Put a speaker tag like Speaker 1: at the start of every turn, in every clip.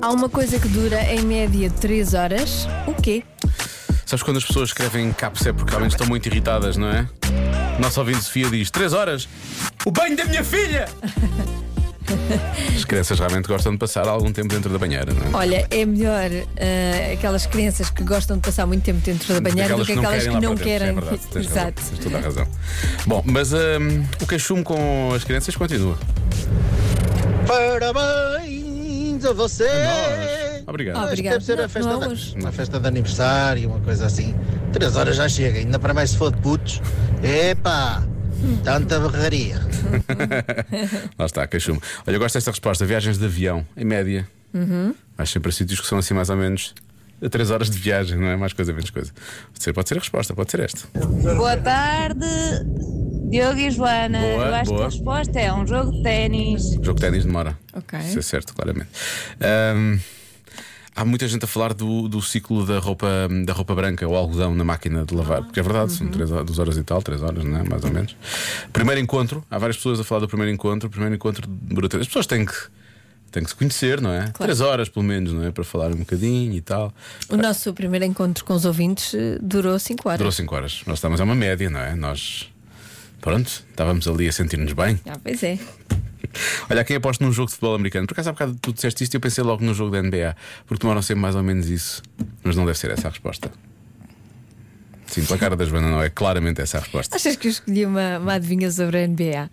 Speaker 1: Há uma coisa que dura em média 3 horas. O quê?
Speaker 2: Sabes quando as pessoas escrevem caps é porque realmente estão muito irritadas, não é? Nossa ouvinte Sofia diz: 3 horas! O banho da minha filha! As crianças realmente gostam de passar algum tempo dentro da banheira, não é?
Speaker 1: Olha, é melhor ah, aquelas crianças que gostam de passar muito tempo dentro da banheira do que aquelas que não querem.
Speaker 2: lá para dentro. É verdade, tens razão,
Speaker 1: Exato.
Speaker 2: tens toda a razão. Bom, mas hum, o cachume com as crianças continua.
Speaker 3: Parabéns a você!
Speaker 2: Obrigado.
Speaker 1: Obrigado.
Speaker 3: Mas Deve ser
Speaker 1: Não,
Speaker 3: a festa,
Speaker 1: não é
Speaker 3: da-
Speaker 1: hoje.
Speaker 3: uma festa de aniversário, uma coisa assim. Três horas já chega, ainda para mais se for de putos. Epá! Tanta berraria.
Speaker 2: Lá está, cachume. Olha, eu gosto desta resposta: viagens de avião, em média.
Speaker 1: Uhum.
Speaker 2: Mas sempre há sítios que são assim mais ou menos. a 3 horas de viagem, não é? Mais coisa, menos coisa. Pode ser, pode ser a resposta, pode ser esta.
Speaker 4: Boa tarde, Diogo e Joana.
Speaker 2: Boa,
Speaker 4: Eu acho
Speaker 2: boa.
Speaker 4: que a resposta é um jogo de ténis.
Speaker 2: O jogo de ténis demora.
Speaker 1: Ok.
Speaker 2: Isso é certo, claramente. Ahm, há muita gente a falar do, do ciclo da roupa, da roupa branca, o algodão na máquina de lavar, porque é verdade, são três horas, duas horas e tal, três horas, não é? mais ou menos. Primeiro encontro, há várias pessoas a falar do primeiro encontro, o primeiro encontro dura três. As pessoas têm que. têm que se conhecer, não é? Três horas, pelo menos, não é? Para falar um bocadinho e tal.
Speaker 1: O nosso primeiro encontro com os ouvintes eh, durou 5 horas.
Speaker 2: Durou cinco horas. Nós estávamos a uma média, não é? Nós. Pronto, estávamos ali a sentir-nos bem.
Speaker 1: Ah, pois é.
Speaker 2: Olha, quem aposta num jogo de futebol americano? Por acaso há bocado tu disseste isto e eu pensei logo no jogo da NBA, porque tomaram sempre mais ou menos isso. Mas não deve ser essa a resposta. Sim, pela cara da Joana não é claramente essa a resposta.
Speaker 1: Achas que eu escolhi uma, uma adivinha sobre a NBA?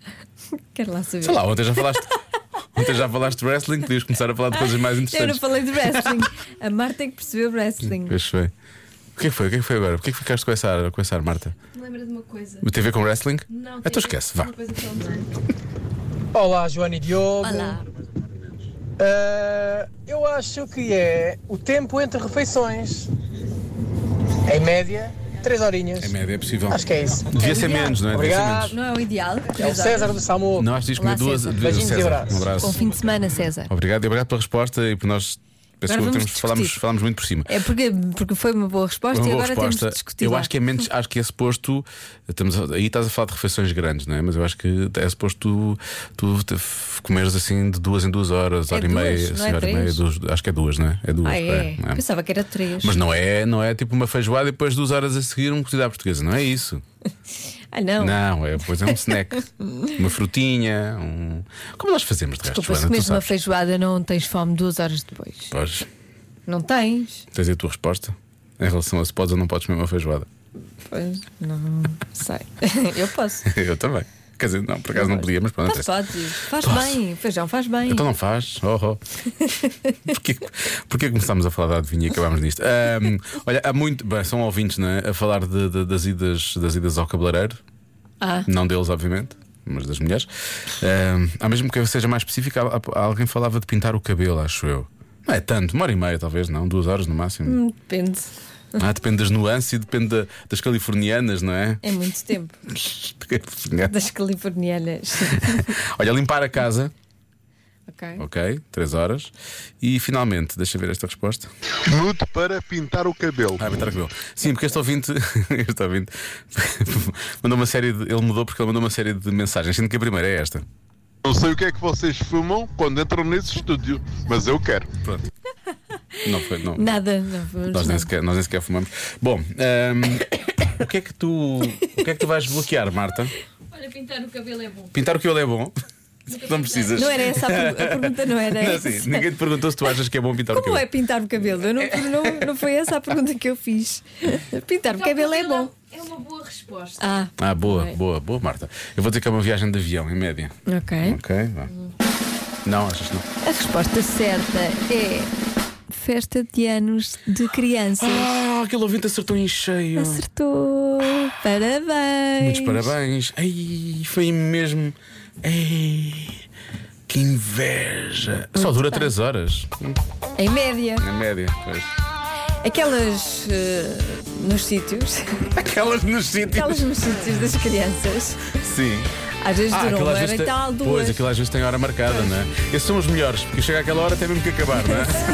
Speaker 1: Quero lá saber.
Speaker 2: Sei lá, ontem já falaste. Ontem já falaste de wrestling, podias começar a falar de coisas mais
Speaker 1: Eu não
Speaker 2: interessantes.
Speaker 1: falei de wrestling. A Marta é que percebeu wrestling.
Speaker 2: Pois foi. O que é que foi? O que é que foi agora? Porquê é que ficaste com essa ar, com essa ar Marta?
Speaker 5: Lembra de uma coisa?
Speaker 2: Tem a ver com wrestling?
Speaker 5: Não,
Speaker 2: Então esquece, vá.
Speaker 5: Uma coisa que eu amo.
Speaker 6: Olá, Joana e Diogo.
Speaker 1: Olá.
Speaker 6: Ah, eu acho que é o tempo entre refeições. Em média, três horinhas.
Speaker 2: Em média é possível.
Speaker 6: Acho que é isso.
Speaker 2: Devia ser menos, não é? Devia ser
Speaker 6: Obrigado.
Speaker 2: menos.
Speaker 1: Não é o ideal?
Speaker 6: É o César do Samu.
Speaker 2: Não, acho que diz
Speaker 1: Olá,
Speaker 2: comer duas.
Speaker 1: César.
Speaker 2: duas-
Speaker 6: Beijinhos e
Speaker 2: César,
Speaker 6: abraços.
Speaker 2: Um abraço.
Speaker 1: Bom fim de semana, César.
Speaker 2: Obrigado e obrigado pela resposta e por nós. Peço
Speaker 1: Agora
Speaker 2: desculpa,
Speaker 1: vamos
Speaker 2: temos, falámos,
Speaker 1: discutir.
Speaker 2: falámos muito por cima.
Speaker 1: É porque, porque foi uma boa resposta
Speaker 2: Uma
Speaker 1: e
Speaker 2: boa
Speaker 1: agora temos de discutir.
Speaker 2: Eu
Speaker 1: lá.
Speaker 2: acho que é menos, acho que é suposto. Estamos, a- aí estás a falar de refeições grandes, não é? Mas eu acho que é suposto tu, tu te- f- comeres assim de duas em duas horas,
Speaker 1: É
Speaker 2: hora e
Speaker 1: duas,
Speaker 2: meia,
Speaker 1: não
Speaker 2: assim,
Speaker 1: é
Speaker 2: hora e meia,
Speaker 1: três?
Speaker 2: duas, acho que é duas, não é? É duas,
Speaker 1: Ah, é?
Speaker 2: não é?
Speaker 1: Pensava que era três.
Speaker 2: Mas não é, não é tipo uma feijoada e depois duas horas a seguir um cozido à portuguesa, não é isso?
Speaker 1: Ah, não.
Speaker 2: Não, é, pois é um snack, uma frutinha, um. Como nós fazemos de resto,
Speaker 1: Desculpa, se
Speaker 2: Joana, tu
Speaker 1: comes uma
Speaker 2: sabes?
Speaker 1: feijoada não tens fome duas horas depois.
Speaker 2: Pois,
Speaker 1: Não tens?
Speaker 2: tens aí a tua resposta em relação a se podes ou não podes comer uma feijoada.
Speaker 1: Pois, não sei. Eu posso.
Speaker 2: Eu também. Quer dizer, não, por acaso não podia, mas pronto.
Speaker 1: Mas
Speaker 2: interessa.
Speaker 1: podes. Faz
Speaker 2: Posso.
Speaker 1: bem. Feijão faz bem.
Speaker 2: Então não faz. Oh, oh. Porquê, porquê começámos a falar da adivinha e acabámos nisto? Ahm, olha, há muito. Bem, são ouvintes, não é? A falar de- de- das, idas, das idas ao cabeleireiro.
Speaker 1: Ah.
Speaker 2: Não deles, obviamente, mas das mulheres. Ahm, há mesmo que eu seja mais específica, há- há- alguém falava de pintar o cabelo, acho eu. Não é tanto, uma hora e meia, talvez, não, duas horas no
Speaker 1: Hum.
Speaker 2: máximo.
Speaker 1: Depende.
Speaker 2: Ah, depende das nuances e depende da- das californianas, não é?
Speaker 1: É muito tempo. Das californianas.
Speaker 2: Olha, limpar a casa.
Speaker 1: ok.
Speaker 2: Ok, 3 horas. E finalmente, deixa eu ver esta resposta.
Speaker 7: Minuto para pintar o cabelo.
Speaker 2: Ah, bem tranquilo. Sim, porque este ouvinte, este ouvinte mandou uma série de. Ele mudou porque ele mandou uma série de mensagens, sendo que a primeira é esta.
Speaker 7: Não sei o que é que vocês fumam quando entram nesse estúdio, mas eu quero.
Speaker 2: Pronto. Não foi, não.
Speaker 1: Nada. Não, vamos
Speaker 2: Nós nem,
Speaker 1: não.
Speaker 2: sequer, nós nem sequer fumamos. Bom, ahm, o que é que tu. O que é que tu vais bloquear, Marta?
Speaker 5: Olha, pintar o cabelo é bom.
Speaker 2: Pintar o que ele é bom. Não precisas.
Speaker 1: Não era essa a, per- a pergunta, não era
Speaker 2: Não,
Speaker 1: essa.
Speaker 2: sim, ninguém te perguntou se tu achas que é bom pintar o que
Speaker 1: Como é pintar o cabelo? Eu não, não, não foi essa a pergunta que eu fiz. Pintar o cabelo é bom.
Speaker 5: É uma boa resposta.
Speaker 1: Ah,
Speaker 2: Ah, boa, boa, boa, Marta. Eu vou dizer que é uma viagem de avião, em média.
Speaker 1: ok.
Speaker 2: Ok, vá. Não, achas que não?
Speaker 1: A resposta certa é festa de anos de crianças.
Speaker 2: Ah, aquele ouvinte acertou em cheio.
Speaker 1: Acertou! Parabéns!
Speaker 2: Muitos parabéns. Ai, foi mesmo. Ai, que inveja. Só dura 3 horas,
Speaker 1: Em média,
Speaker 2: na média. pois.
Speaker 1: aquelas eh, nos sítios,
Speaker 2: Aquelas nos sítios.
Speaker 1: aquelas nos sítios das crianças,
Speaker 2: Sim.
Speaker 1: às vezes duram uma
Speaker 2: aquilo às
Speaker 1: hora
Speaker 2: Ah, vezes
Speaker 1: e
Speaker 2: tem-
Speaker 1: tal,
Speaker 2: Pois,
Speaker 1: duas.
Speaker 2: aquilo às vezes tem hora marcada, não é? Esses são os melhores, porque chega àquela hora até mesmo que acabar, não é?